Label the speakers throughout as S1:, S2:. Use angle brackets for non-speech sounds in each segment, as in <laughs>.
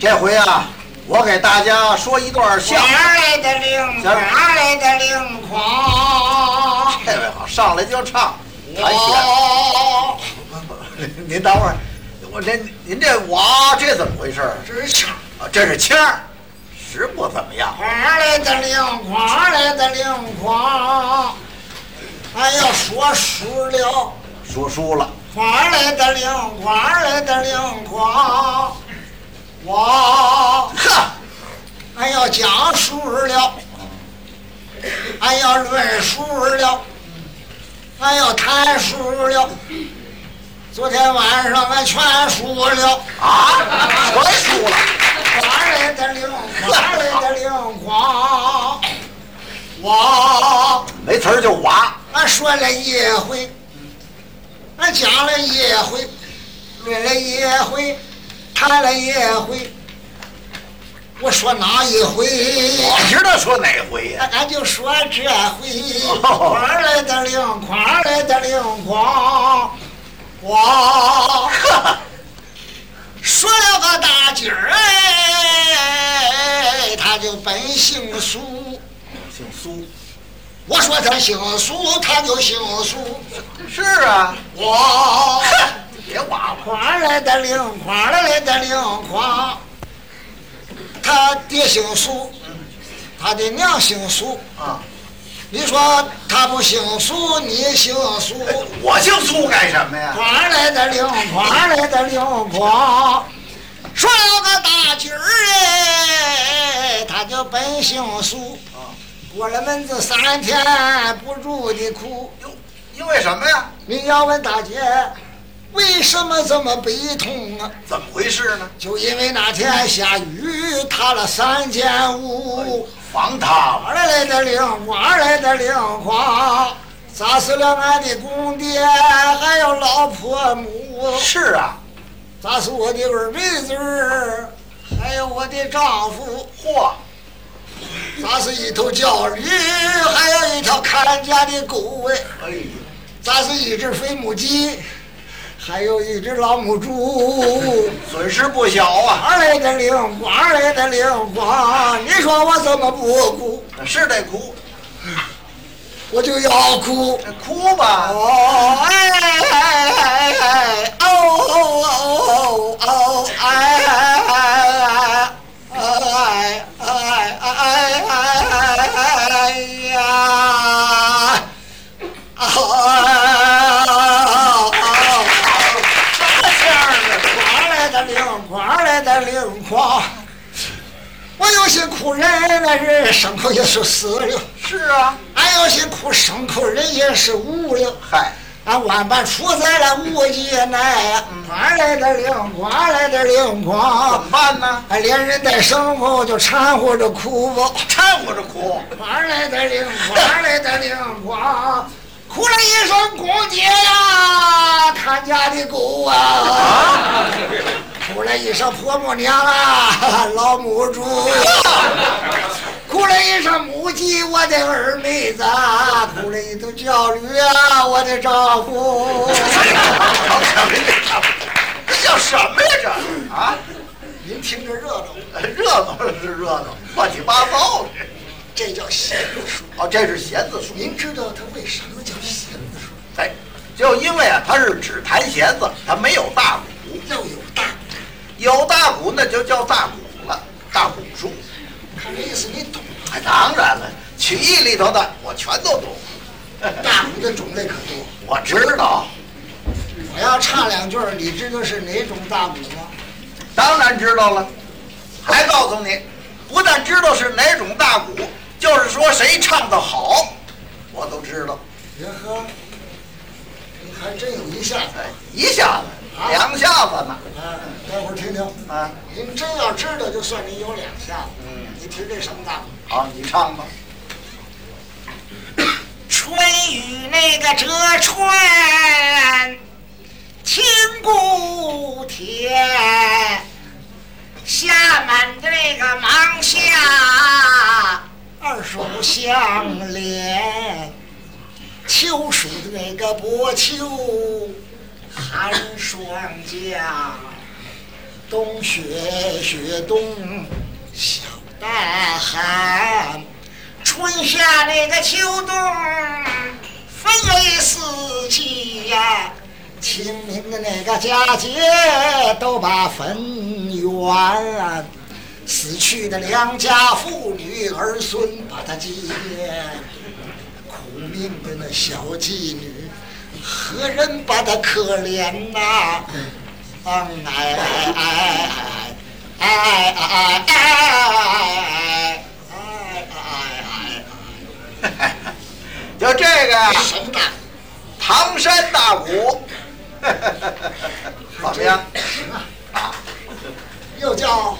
S1: 这回啊，我给大家说一段相
S2: 哪
S1: 声。
S2: 儿来的令？
S1: 行
S2: 哪儿来的令狂？
S1: 这位好，上来就唱，弹弦。
S2: 我
S1: <laughs> 您您等会儿，我这您这哇，这怎么回事儿？
S2: 只想
S1: 啊，这是腔儿，实不怎么样。
S2: 哪儿来的令？哪儿来的令狂？哎呀，说输了。
S1: 说输了，
S2: 哪儿来的令？哪儿来的令狂？我
S1: 呵，
S2: 哎呀，讲书了，哎呀，论书了，哎呀，谈书了。昨天晚上俺全输了，
S1: 啊，全输了。
S2: 哪儿来的令？哪儿来的令狂？我
S1: 没词儿就哇，
S2: 俺说了一回，俺讲了一回，论了一回，谈了一回。我说哪一回？
S1: 我知道说哪回呀？
S2: 俺就说这回，
S1: 哦
S2: 哪儿来的灵光？哪儿来的灵光？我
S1: 呵，
S2: 说了个大姐儿哎，他就本姓苏。
S1: 姓苏。
S2: 我说他姓苏，他就姓苏。
S1: 是啊，
S2: 我
S1: 呵，别哇了。
S2: 哪儿来的灵光？哪儿来的灵光？他爹姓苏，他的娘姓苏。
S1: 啊，
S2: 你说他不姓苏，你姓苏，
S1: <laughs> 我姓苏干什么呀？
S2: 哪来的灵，哪来的灵光？说了个大句儿哎，他就本姓苏，
S1: 啊，
S2: 过了门子三天不住的哭。
S1: 哟，因为什么呀？
S2: 你要问大姐，为什么这么悲痛啊？
S1: 怎么回事呢？
S2: 就因为那天下雨塌了三间屋。
S1: 哦防他吧。
S2: 哪儿来的灵光？哪儿来的灵光？砸死了俺的公爹，还有老婆母，
S1: 是啊，
S2: 砸死我的二妹子儿，还有我的丈夫，
S1: 嚯，
S2: 砸死一头叫驴，还有一条看家的狗哎，
S1: 哎呦，
S2: 砸死一只肥母鸡，还有一只老母猪。
S1: 损失不小啊。
S2: 哪儿来的灵光？哪儿来的灵光？你说我怎么不哭？
S1: 是得哭，
S2: 我就要哭。
S1: 这哭吧。
S2: 哦哎哎哎哎哦哦哦哦哎哎哎哎哎哎哎哎呀！哦哦哦！
S1: 什么腔儿
S2: 刮来的灵，刮来的灵光。我有心哭人，那人牲口也是死了；
S1: 这？是啊，
S2: 俺有心哭牲口，人也是无了。
S1: 嗨，
S2: 俺晚班出在了五界内，哪来的灵光？哪来的灵
S1: 怎
S2: 光
S1: 么？办呢？
S2: 俺连人带牲口就掺和着哭吧。
S1: 掺和着哭，
S2: 哪来的灵光？哪来的灵光？哭了一声公爹呀，看家的狗啊！哭了一声婆母娘啊，老母猪呀！哭了一声母鸡，我的二妹子啊！哭了一头叫驴啊，我的丈夫。
S1: 这叫什么呀？这啊，
S2: 您听着热闹，
S1: 热闹是热闹，乱七八糟的。
S2: 这叫弦子书。
S1: 哦，这是弦子书。
S2: 您知道它为什么叫弦子书？
S1: 哎，就因为啊，它是只弹弦子，它没有大鼓，
S2: 要有大
S1: 有大鼓那就叫大鼓了，大鼓书。
S2: 看这意思你懂。
S1: 哎，当然了，曲艺里头的我全都懂，
S2: 大鼓的种类可多。
S1: 我知道，
S2: 我要唱两句儿，你知道是哪种大鼓吗？
S1: 当然知道了。还告诉你，不但知道是哪种大鼓，就是说谁唱的好，我都知道。
S2: 人呵，你还真有一下子。
S1: 哎，一下子，两下子呢，
S2: 啊，待会儿听听。
S1: 啊，
S2: 您真要知道，就算您有两下子。
S1: 嗯
S2: 你听这什么大鼓？
S1: 好，你唱吧。 <laughs>
S2: 春雨那个折穿青谷田，下满这个芒夏二手相连，秋水的那个薄秋寒霜降，冬雪雪冬，小大寒，春夏那个秋冬，分为四季呀、清明的那个佳节都把坟圆啊，死去的良家妇女儿孙把他接，苦命的那小妓女，何人把她可怜呐、哎哎哎哎哎哎哎哎哎
S1: 就这个呀
S2: 哎！什么大？
S1: 唐山大鼓， <laughs> 怎么样？啊，
S2: 又叫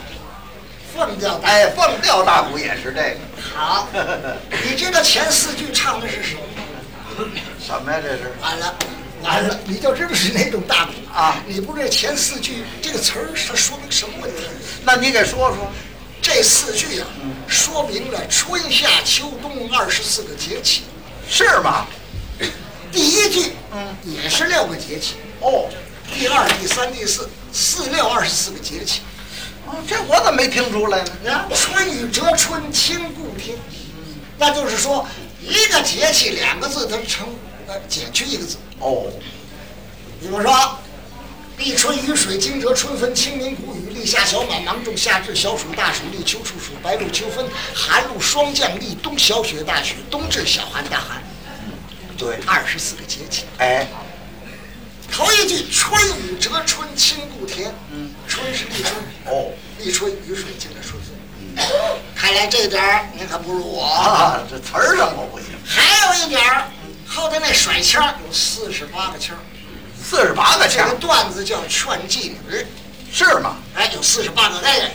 S2: 凤叫大。
S1: 哎，凤调大鼓也是这
S2: 好，
S1: 个，
S2: 你知道前四句唱的是什么吗？
S1: 什么呀？这是
S2: 完了，完了，你就知道是哪种大鼓
S1: 啊
S2: 你不知道前四句这个词儿它说明什么问题？
S1: 那你给说说，
S2: 这四句啊，说明了春夏秋冬二十四个节气。
S1: 是吗？
S2: 第一句，
S1: 嗯，
S2: 也是六个节气。
S1: 哦，
S2: 第二、第三、第四，四六二十四个节气。
S1: 哦这我怎么没听出来呢？
S2: 啊，春雨折春，清故听。那就是说，一个节气两个字，它成呃减去一个字。
S1: 哦，
S2: 比如说，立春雨水惊蛰，春分清明谷雨，立夏小满芒种，夏至小暑大暑，立秋处暑白露秋分，寒露霜降，立冬小雪大雪，冬至小寒大寒。
S1: 对，
S2: 二十四个节气。
S1: 哎，
S2: 头一句“春雨折春，清故田”，
S1: 嗯，
S2: 春是立春，
S1: 哦，
S2: 立春雨水惊蛰春分。
S1: 嗯
S2: 看来这点儿您可不如我。
S1: 啊，这词儿上我不行，
S2: 还有一点儿，后头那甩腔儿有四十八个腔儿，
S1: 四十八个
S2: 这
S1: 腔
S2: 个，段子叫《劝妓女》，
S1: 是吗？
S2: 哎，有四十八个哎，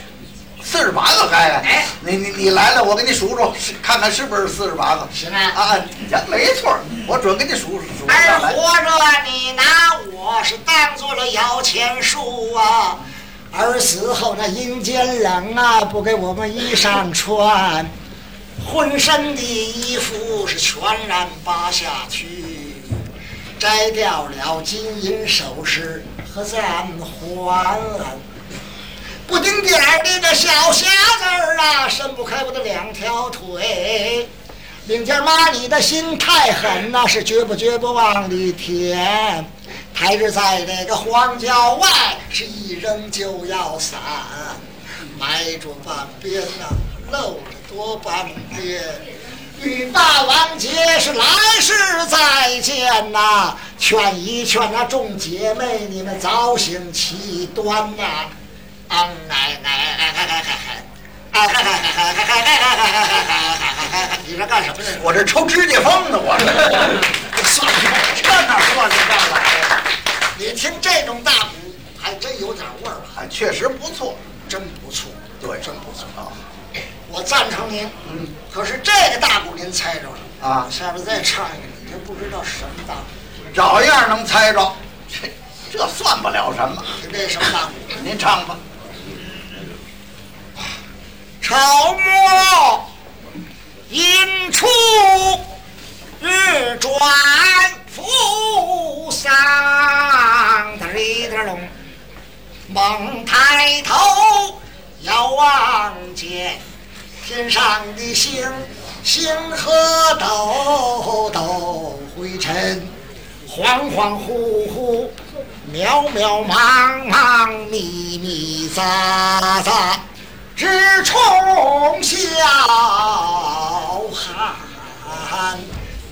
S1: 四十八个该呀
S2: 哎！
S1: 你你你来了，我给你数数，是看看是不是四十八个。
S2: 行
S1: 啊
S2: 啊。
S1: 啊，呀没错，我准给你数数数
S2: 而
S1: 上来。
S2: 活着你拿我是当做了摇钱树啊，而死后那阴间冷啊，不给我们衣裳穿，浑身的衣服是全然扒下去，摘掉了金银首饰和暂还。啊不丁点儿的那小匣子儿啊，伸不开我的两条腿。领家妈，你的心太狠呐、是绝不绝不往里填。抬着在那个荒郊外，是一扔就要散，埋着半边呐、露着多半边。与霸王节是来世再见呐、劝一劝那、众姐妹，你们早醒其端呐、啊，哎哎哎哎哎哎！你这干什么呢？
S1: 我这抽指甲缝呢， <laughs> 我这
S2: 算了，
S1: 这哪算得上来呀？
S2: 你听这种大鼓还真有点味儿啊，
S1: 啊，确实不错，
S2: 真不错，
S1: 对，
S2: 真不错，
S1: 啊。
S2: 我赞成您。
S1: 嗯，
S2: 可是这个大鼓您猜着了
S1: 啊
S2: 下边再唱一个，你这不知道什么大鼓，
S1: 找样能猜着，这这算不了什么。
S2: 听这什么大鼓？
S1: 您唱吧，
S2: 朝暮阴出日转扶桑，哒哩哒隆，猛抬头遥望见天上的星，星河抖抖灰尘，恍恍惚惚，渺渺茫茫，密密匝匝。直冲小寒，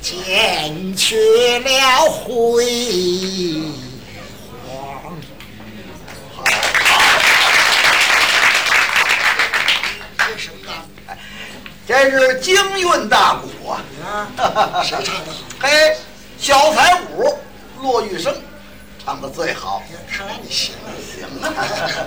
S2: 剪去了辉 <laughs> 煌。这什么大
S1: 这是京韵大鼓啊。
S2: 啊？谁唱的好？
S1: 嘿，小彩舞，骆玉笙唱的最好。
S2: 看来你行啊！
S1: 行
S2: <laughs>
S1: 啊，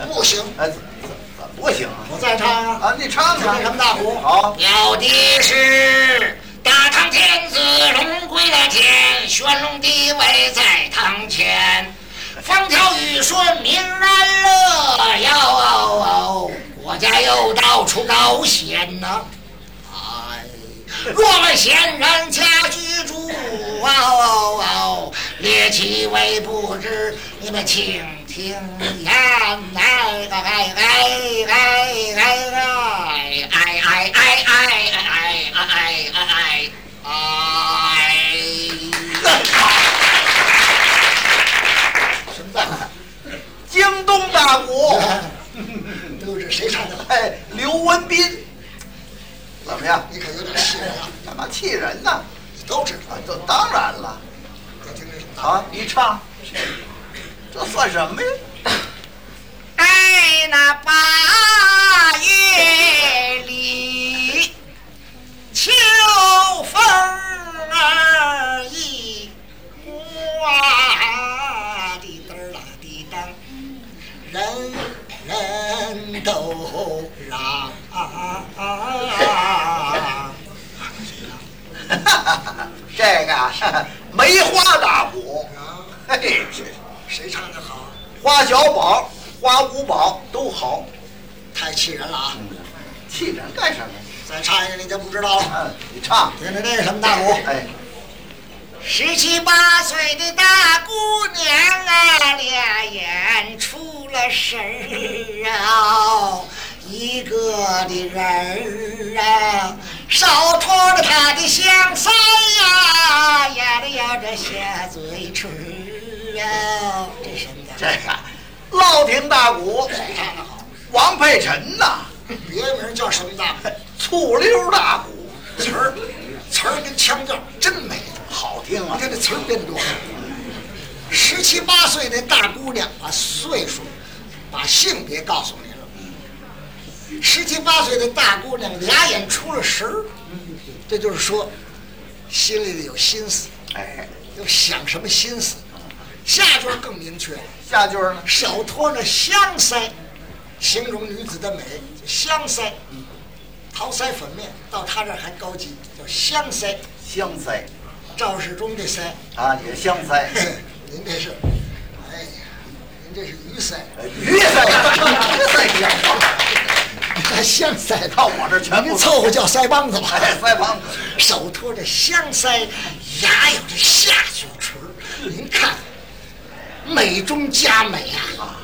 S2: 不行
S1: 哎，怎怎怎么不行啊？
S2: 我再唱啊！
S1: 啊，你唱
S2: 唱
S1: 唱
S2: 什么大鼓？
S1: 好， <laughs>
S2: 要的是大唐天子龙归了天，玄龙地位在堂前，风调雨顺民安乐哟、国家又到处高显呐、哎，若问闲人家居住，哦哦哦，
S3: 列其为不知，你们请听言。哎哎哎哎哎哎哎哎哎哎哎哎哎哎哎！什么办法？
S1: 京东大鼓，
S3: 都是谁唱的？
S1: 哎，刘文斌，怎么样？
S3: 你可有点气人啊！
S1: 干嘛气人呢？
S3: 都知道
S1: 啊，，这当然了，
S3: 再听这首。
S1: 啊，一唱，这算什么呀？
S2: 哎，那八月里，秋风儿一刮，滴嘚儿啦滴当，
S3: 人人都嚷，
S1: <laughs> 这个啊，梅花大鼓，嘿，这
S3: 谁唱的好？
S1: 花小宝、花五宝都好，
S3: 太气人了啊！
S1: 气人干什么呀？
S3: 再唱一个你就不知道了。
S1: 嗯，你唱，
S3: 听着这是什么大鼓？
S1: 哎，
S2: 十七八岁的大姑娘啊，俩眼出了神儿啊，
S3: 一个的人儿啊，少戳着他的香腮呀，呀的呀这下嘴唇儿啊，这什么
S1: 这个烙亭大鼓，
S3: 谁唱的好？
S1: 王佩臣呐，
S3: 别名叫什么大鼓？
S1: 醋溜大鼓，
S3: 词儿，词儿跟腔调真美。
S1: 好听
S3: 你
S1: 啊
S3: 看！这词儿变多。十七八岁那大姑娘把岁数、把性别告诉你了。十七八岁的大姑娘俩眼出了神儿，这就是说，心里有心思，
S1: 哎，
S3: 要想什么心思。下句儿更明确了，
S1: 下句儿呢？
S3: 少托着香腮，形容女子的美，香腮，桃腮粉面，到她这儿还高级，叫香腮。
S1: 香腮
S3: 赵世忠这腮。
S1: 啊，也香腮，
S3: 您这是，哎呀，您这是鱼鳃，
S1: 呃鱼腮，鱼腮香，
S3: 还香腮
S1: 到我这儿全
S3: 您
S1: 部
S3: 凑合叫腮帮子吧。
S1: 哎，腮帮子，
S3: 手托着香腮，牙有着下嘴唇儿，您看，美中加美啊！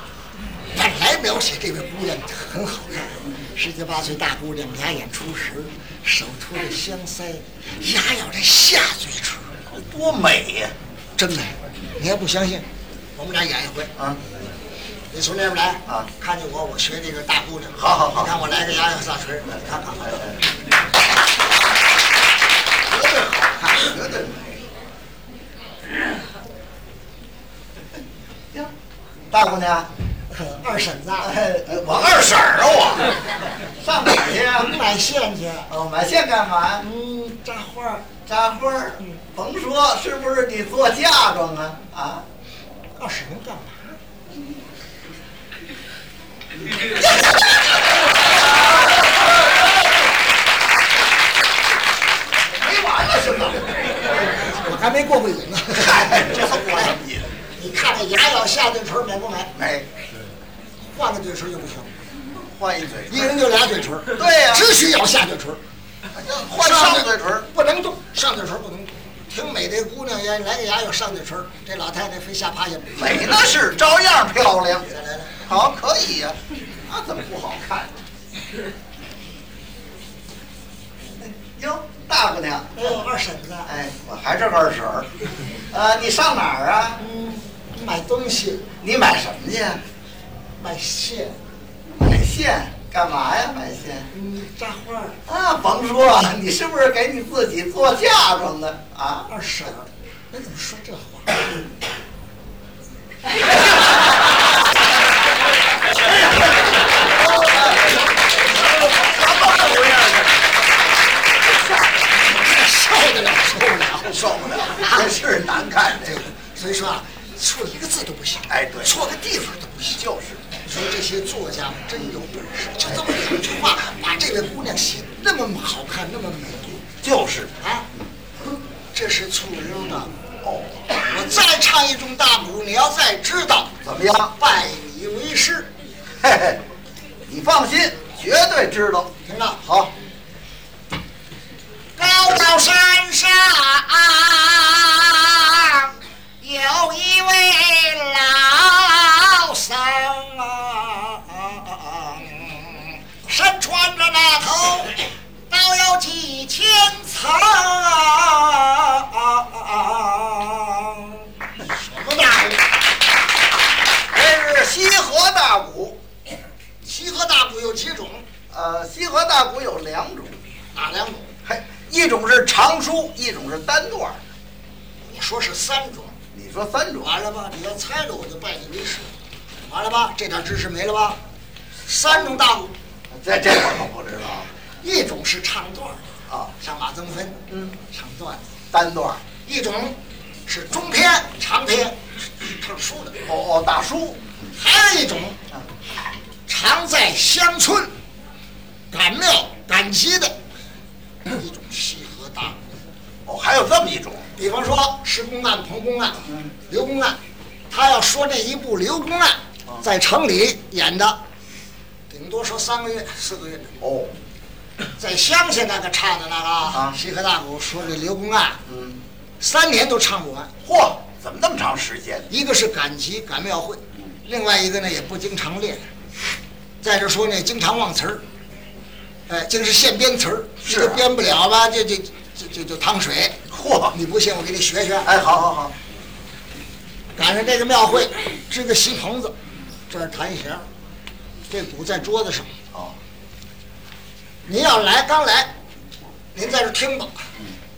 S3: 本来描写这位姑娘很好看，十七八岁大姑娘，俩眼出神，手托着香腮，牙咬着下嘴唇儿，
S1: 多美呀！
S3: 真美！你还不相信？我们俩演一回。
S1: 啊，
S3: 你从那边来
S1: 啊
S3: 看见我，我学这个大姑娘。
S1: 好好好
S3: 你看我来个牙咬下垂，你看看。
S1: 绝对好看，绝对美。大姑娘，
S3: 二婶子，啊
S1: 哎，我二婶儿啊，我上哪儿去啊呀？
S3: 买线去。啊
S1: 哦，买线干嘛呀？
S3: 嗯，扎花儿。
S1: 扎花儿，甭说，是不是你做嫁妆啊？啊，
S3: 二婶子干嘛？
S1: 没完了是吧？
S3: 我还没过过瘾呢。
S1: 嗨，这我怎么也
S3: 你看这牙咬下嘴唇儿美不美？
S1: 没
S3: 换个嘴唇儿就不行，
S1: 换一嘴
S3: 一人就俩嘴唇儿。
S1: 对呀
S3: 只许咬下嘴唇儿，
S1: 换上嘴唇儿，
S3: 不能动，上嘴唇儿不能动。挺美这姑娘也来个牙咬上嘴唇儿，这老太太非下趴下不行。
S1: 美那是照样漂亮。
S3: 再来来，
S1: 好，可以呀、那怎么不好看？ <laughs> 哟，大姑娘，
S3: 哎呦，二婶子，
S1: 哎，我还是二婶儿。呃，你上哪儿啊？
S3: 嗯，买东西，
S1: 你买什么去？啊
S3: 买线。
S1: 买线干嘛呀？买线
S3: 嗯，扎花儿
S1: 啊，甭说了，你是不是给你自己做嫁妆呢？啊？
S3: 二婶儿，你怎么说这话？受得了，受不了。
S1: 受不了，真是难看这个。
S3: 所以说啊，错一个字都不行，
S1: 哎对
S3: 错个地方都不行。
S1: 就是，
S3: 所以这些作家真有本事，就这么两句话，把这位姑娘写得那么好看，那么美丽
S1: 就是，
S3: 啊！这是醋溜的。
S1: 哦，
S3: 我再唱一种大鼓，你要再知道，
S1: 怎么样？
S3: 拜你为师，
S1: 嘿嘿，你放心，绝对知道。
S3: 听着。
S1: 好，
S2: 啊高高山上有
S3: 有一位老僧啊，身穿着那头到有几千层啊，
S1: 什么大鼓？这是哎西河大鼓。
S2: 西河大鼓有几种？
S1: 呃，西河大鼓有两种，
S2: 哪两种？
S1: 嘿，一种是长书，一种是单段儿。
S2: 你说是三种，
S1: 你说三种，
S2: 完了吧？你要猜了，我就拜你为师。完了吧？这点知识没了吧？三种大鼓，
S1: 这这我可不知道
S2: 一种是唱段儿的，
S1: 啊。
S2: 像马增芬，
S1: 嗯，
S2: 唱段子；
S1: 单段儿，
S2: 一种是中篇、长篇，唱书的；
S1: 哦哦，大书，
S2: 还有一种
S1: 啊
S2: 常在乡村、赶庙、赶集的一种西河大鼓。
S1: 哦，还有这么一种，
S2: 比方说石公案、彭公案
S1: 嗯、
S2: 刘公案，他要说那一部刘公案
S1: 啊
S2: 在城里演的，顶多说三个月、四个月，
S1: 哦，
S2: 在乡下那个唱的那个
S1: 啊
S2: 西河大鼓说这刘公案，
S1: 嗯，
S2: 三年都唱不完。
S1: 嚯，怎么那么长时间？
S2: 一个是赶集赶庙会，
S1: 嗯
S2: 另外一个呢也不经常练。再者说呢，经常忘词儿， <laughs> 哎，净是现编词儿，
S1: 是啊
S2: 这个编不了吧，就就就就就趟水。
S1: 嚯，
S2: 你不信，我给你学学。
S1: 哎，好好好，
S2: 赶上这个庙会，支个席棚子，这儿弹一弦儿，这鼓在桌子上。
S1: 哦，
S2: 您要来刚来，您在这儿听吧，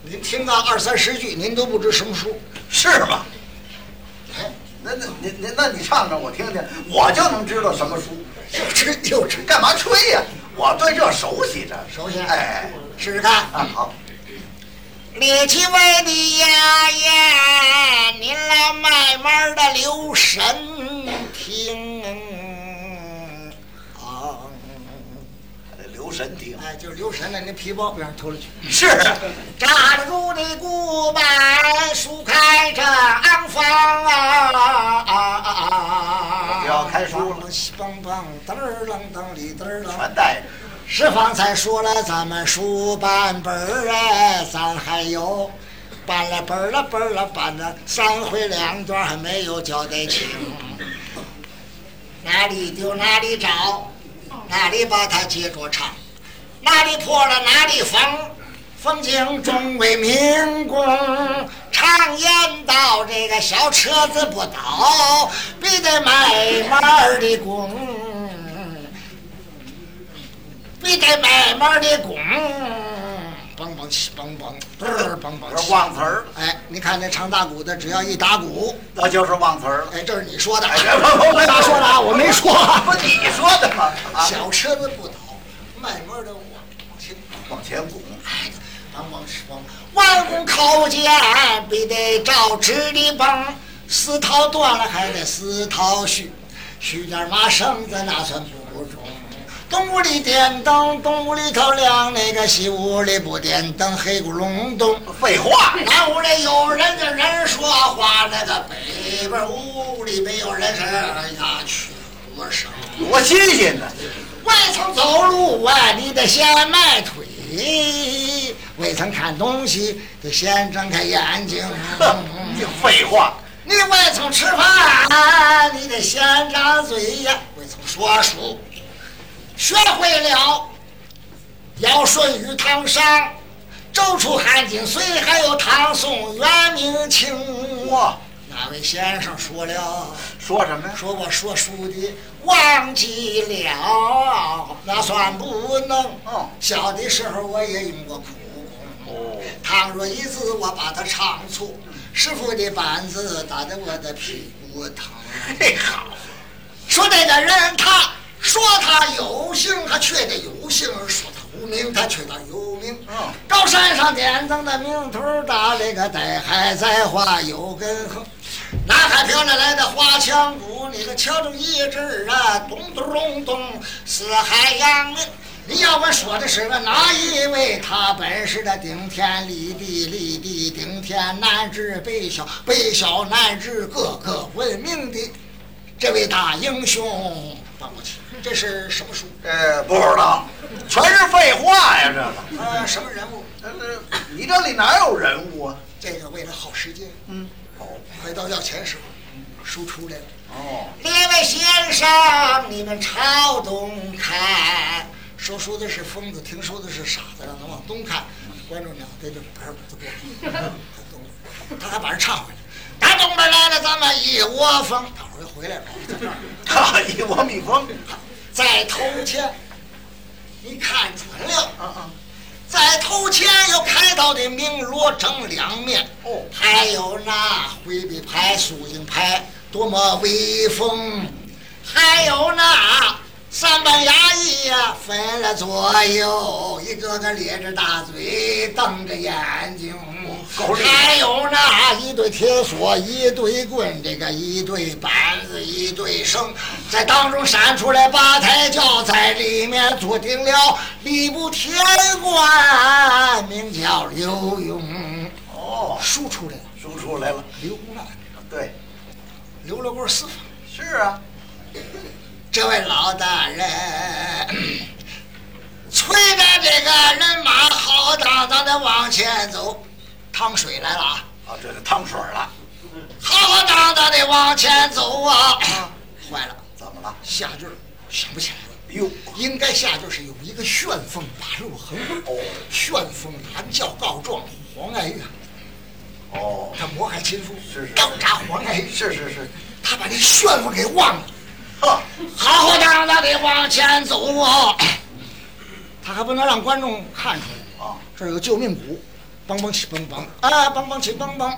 S2: 您听到二三十句，您都不知什么书。
S1: 是吗？
S2: 哎，
S1: 那那您您那你唱唱我听听，我就能知道什么书。
S2: 又吹又吹，
S1: 干嘛吹呀？我对这熟悉着，
S2: 首先，
S1: 哎，
S2: 试试看。
S1: 啊好，
S3: 李七位的呀呀，您来慢慢的留神听啊。
S1: 留神听，
S2: 哎，就是留神了，那皮包被人偷了去。
S1: 是，
S3: 站住的古板树开张放啊！
S1: 要开书了，
S2: 梆梆嘚儿楞噔里嘚儿楞。
S1: 全带着。
S2: 是方才说了，咱们书半本儿哎，咱还有搬了本儿了本儿了搬了三回两段还没有交代清，哪里丢哪里找，哪里把它接着唱，哪里破了哪里缝，风景终为民工。常言道，这个小车子不倒，必得慢慢的拱。你得慢慢的拱，梆梆起，梆梆，嘚儿梆梆
S1: 我说
S2: 起。
S1: 忘词儿，
S2: 哎，你看那唱大鼓的，只要一打鼓，
S1: 那就是忘词儿了。
S2: 哎，这是你说的，
S1: 哎别别别别
S2: 他说的啊，我没说啊。
S1: 不，你说的吗？啊，
S2: 小车子不倒，慢慢的往前，
S1: 往前拱，
S2: 往往往，
S3: 弯弓靠箭，必得照直的棒，
S2: 丝绦断了还得丝绦续，续点麻绳子那算不中。东屋里点灯，东屋里头亮那个，西屋里不点灯，黑咕隆咚。
S1: 废话，
S2: 南屋里有人的人说话，那个北边屋里没有人声，哎呀，去多少？
S1: 多新鲜呢！
S2: 外层走路啊，你得先迈腿；未曾看东西，得先睁开眼睛。啊
S1: 哼，净废话，
S2: 你外层吃饭，你得先张嘴呀；未曾说书，学会了尧舜禹汤商、周楚汉晋隋，还有唐宋元明清。
S1: 哇，
S2: 哪位先生说了？
S1: 说什么呀？
S2: 说我说书的忘记了，那算不能。
S1: 嗯
S2: 小的时候我也用过苦功，
S1: 哦，
S2: 倘若一字我把它唱错，师傅的板子打得我的屁股疼。
S1: 这好，
S2: 说这个人他说他有姓，他却得有姓；说他无名，他却得有名。
S1: 嗯，
S2: 高山上点灯的名头儿打了个带海栽花有根横，南海飘来来的花枪鼓，你的敲钟一阵儿啊，咚咚隆咚，啊四海扬名。你要问说的是个哪一位？他本是的顶天立地，立地顶天，难治北小，北小难治各个闻名的这位大英雄。帮我去，这是什么书？
S1: 这呃不知道，全是废话呀！这个，
S2: 呃，什么人物？
S1: 那那你这里哪有人物啊？
S2: 这个为了耗时间，
S1: 嗯，
S2: 回到要钱时候，书出来了，
S1: 哦，
S3: 列位先生，你们朝东看，
S2: 说书的是疯子，听说的是傻子，让他往东看。观众脑袋就嘣儿就过来了，他东了他还把人唱回来。打东边来了，咱们一窝蜂，等会儿又回来了。在这儿
S1: 哈，一窝蜜蜂，
S2: 再偷钱，你看准了。
S1: 啊
S3: 嗯
S1: 啊，
S2: 再偷钱又开到的明罗整两面
S1: 哦
S2: 还有那回避牌、苏英牌，多么威风！还有那三板衙役呀，分了左右，一个个咧着大嘴，瞪着眼睛。
S1: 狗脸
S2: 还有那一对铁锁，一对棍，这个一对板子，一对绳，在当中闪出来八抬轿，在里面坐定了礼部天官，名叫刘墉。
S1: 哦，
S2: 书出来了，
S1: 书出来了，
S2: 刘公难，
S1: 对，
S2: 刘罗锅司法。
S1: 是啊，
S2: 这位老大人，催着这个人马浩荡荡的往前走，趟水来了啊！
S1: 啊，这是汤水了，
S2: 浩浩荡荡的往前走啊！ <coughs> 坏了，
S1: 怎么了？
S2: 下句儿想不起来了，
S1: 哟，
S2: 应该下句是有一个旋风把路横。
S1: 哦，
S2: 旋风拦轿告状，黄爱玉啊
S1: 哦，
S2: 他谋害亲夫，
S1: 是是
S2: 高炸黄爱玉，
S1: 是是是，
S2: 他把这旋风给忘了。
S1: 哈，
S2: 浩浩荡荡的往前走啊！他还不能让观众看出来
S1: 啊，
S2: 这儿有救命鼓，梆梆起梆梆啊，梆梆起梆梆，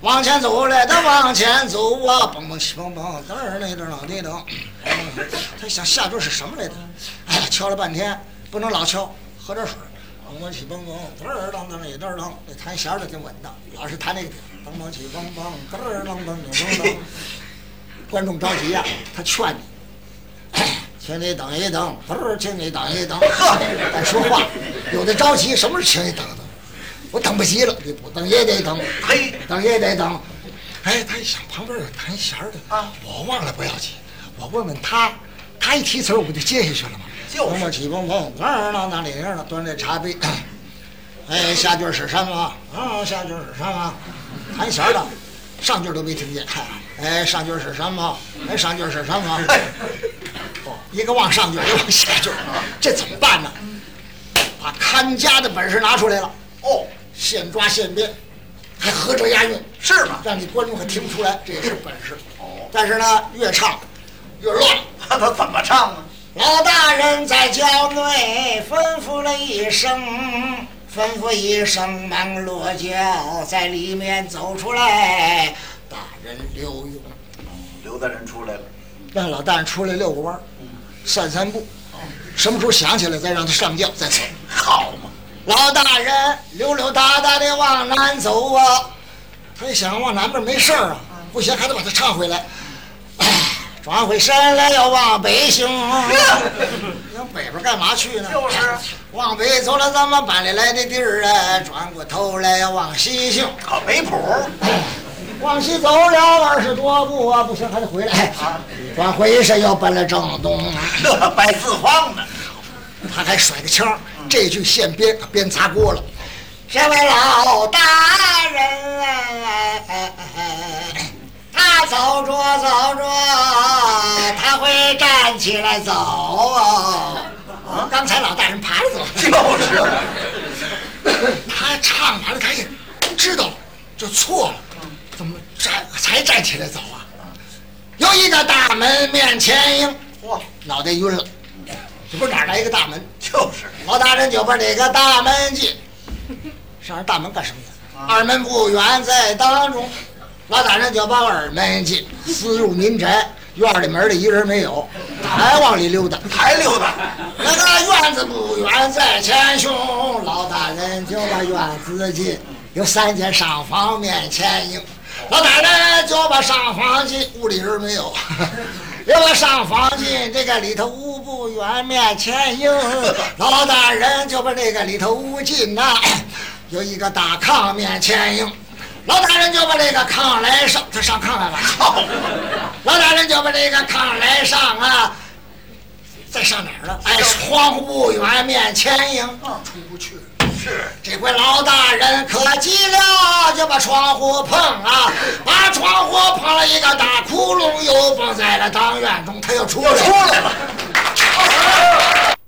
S2: 往前走来的往前走啊，梆梆起梆梆，噔儿那噔儿老那噔。嗯他想下边是什么来着？哎呀，敲了半天不能老敲，喝点水。梆梆起梆梆，噔儿啷当也噔儿啷，那弹弦儿的挺稳当，老是弹那个点儿，梆梆起梆梆，噔儿啷当噔噔噔。观众着急呀、他劝你，请你等一等，不是，请你等一等，呵，敢说话，有的着急，什么是请你等等？我等不及了，你不等也得等，
S1: 嘿，
S2: 等也得等。哎，他一想旁边有弹弦儿的
S1: 啊，
S2: 我忘了不要紧，我问问他，他一提词儿我不就接下去了吗？
S1: 就是
S2: 蹦蹦起蹦蹦，哪儿哪哪里哪儿呢？端着茶杯，哎，下句儿是什么？啊，下句儿是什么？弹弦儿的，上句儿都没听见。哎，上句儿是什么？哎，上句儿是
S1: <laughs>
S2: 什么？哦，一个往上句儿，一个往下句儿，这怎么办呢？把看家的本事拿出来了，
S1: 哦，
S2: 现抓现编，还合辙押韵，
S1: 是吗？ <laughs>
S2: 让你观众可听不出来，这也是本事。
S1: 哦，
S2: 但是呢，越唱越乱。
S1: 那他怎么唱啊？
S3: 老大人在轿内吩咐了一声，吩咐一声忙落轿，在里面走出来。
S2: 大人刘墉，
S1: 刘大人出来了，
S2: 让老大人出来遛个弯儿，
S3: 嗯
S2: 散散步，什么时候想起来再让他上轿再走。
S1: 好嘛，
S2: 老大人溜溜达达的往南走啊，他一想往南边没事儿啊，不行还得把他唱回来。哎转回身来要往北行，你往北边干嘛去呢？
S1: 就是啊
S2: 往北走了，咱们搬里来的地儿啊，转过头来要往西行。
S1: 可没谱
S2: 往西走了二十多步啊，不行还得回来。
S1: 啊，
S2: 转回身要奔了正东啊，
S1: 这摆四方呢，
S2: 他还甩个腔儿，
S3: 嗯
S2: 这句现编编砸锅了。
S3: 这位老大人啊，他走着走着，他会站起来走
S2: 哎
S3: 啊。
S2: 刚才老大人爬着走，
S1: 就是啊，
S2: 他唱完了，他也知道了，就错了，怎么站才站起来走啊？有一个大门面前迎，
S1: 哇，
S2: 脑袋晕了，这不是哪儿来一个大门？
S1: 就是
S2: 老大人就奔这个大门进，上人大门干什么呀？二门不远，在当中，老大人就把二门进，私入民宅，院里门里一人没有，还往里溜达。
S1: 还溜达，
S2: 那个院子不远，在前胸，老大人就把院子进，有三间上房面前迎，老大人就把上房进，屋里人没有，要把上房进，这个里头屋不远，面前迎，老大人就把这个里头屋进呐、有一个大炕面前迎，老大人就把这个炕来上，他上炕来了，
S1: 好嘛，
S2: <laughs> 老大人就把这个炕来上啊，
S1: 啊
S2: 再上哪儿了？哎，窗户不远面前迎，出不去。
S1: 是
S2: 这回老大人可急了，就把窗户碰啊，把窗户碰了一个大窟窿，又蹦在了当院中，他又出
S1: 又
S2: 来
S1: 出
S2: 了。
S1: 来了。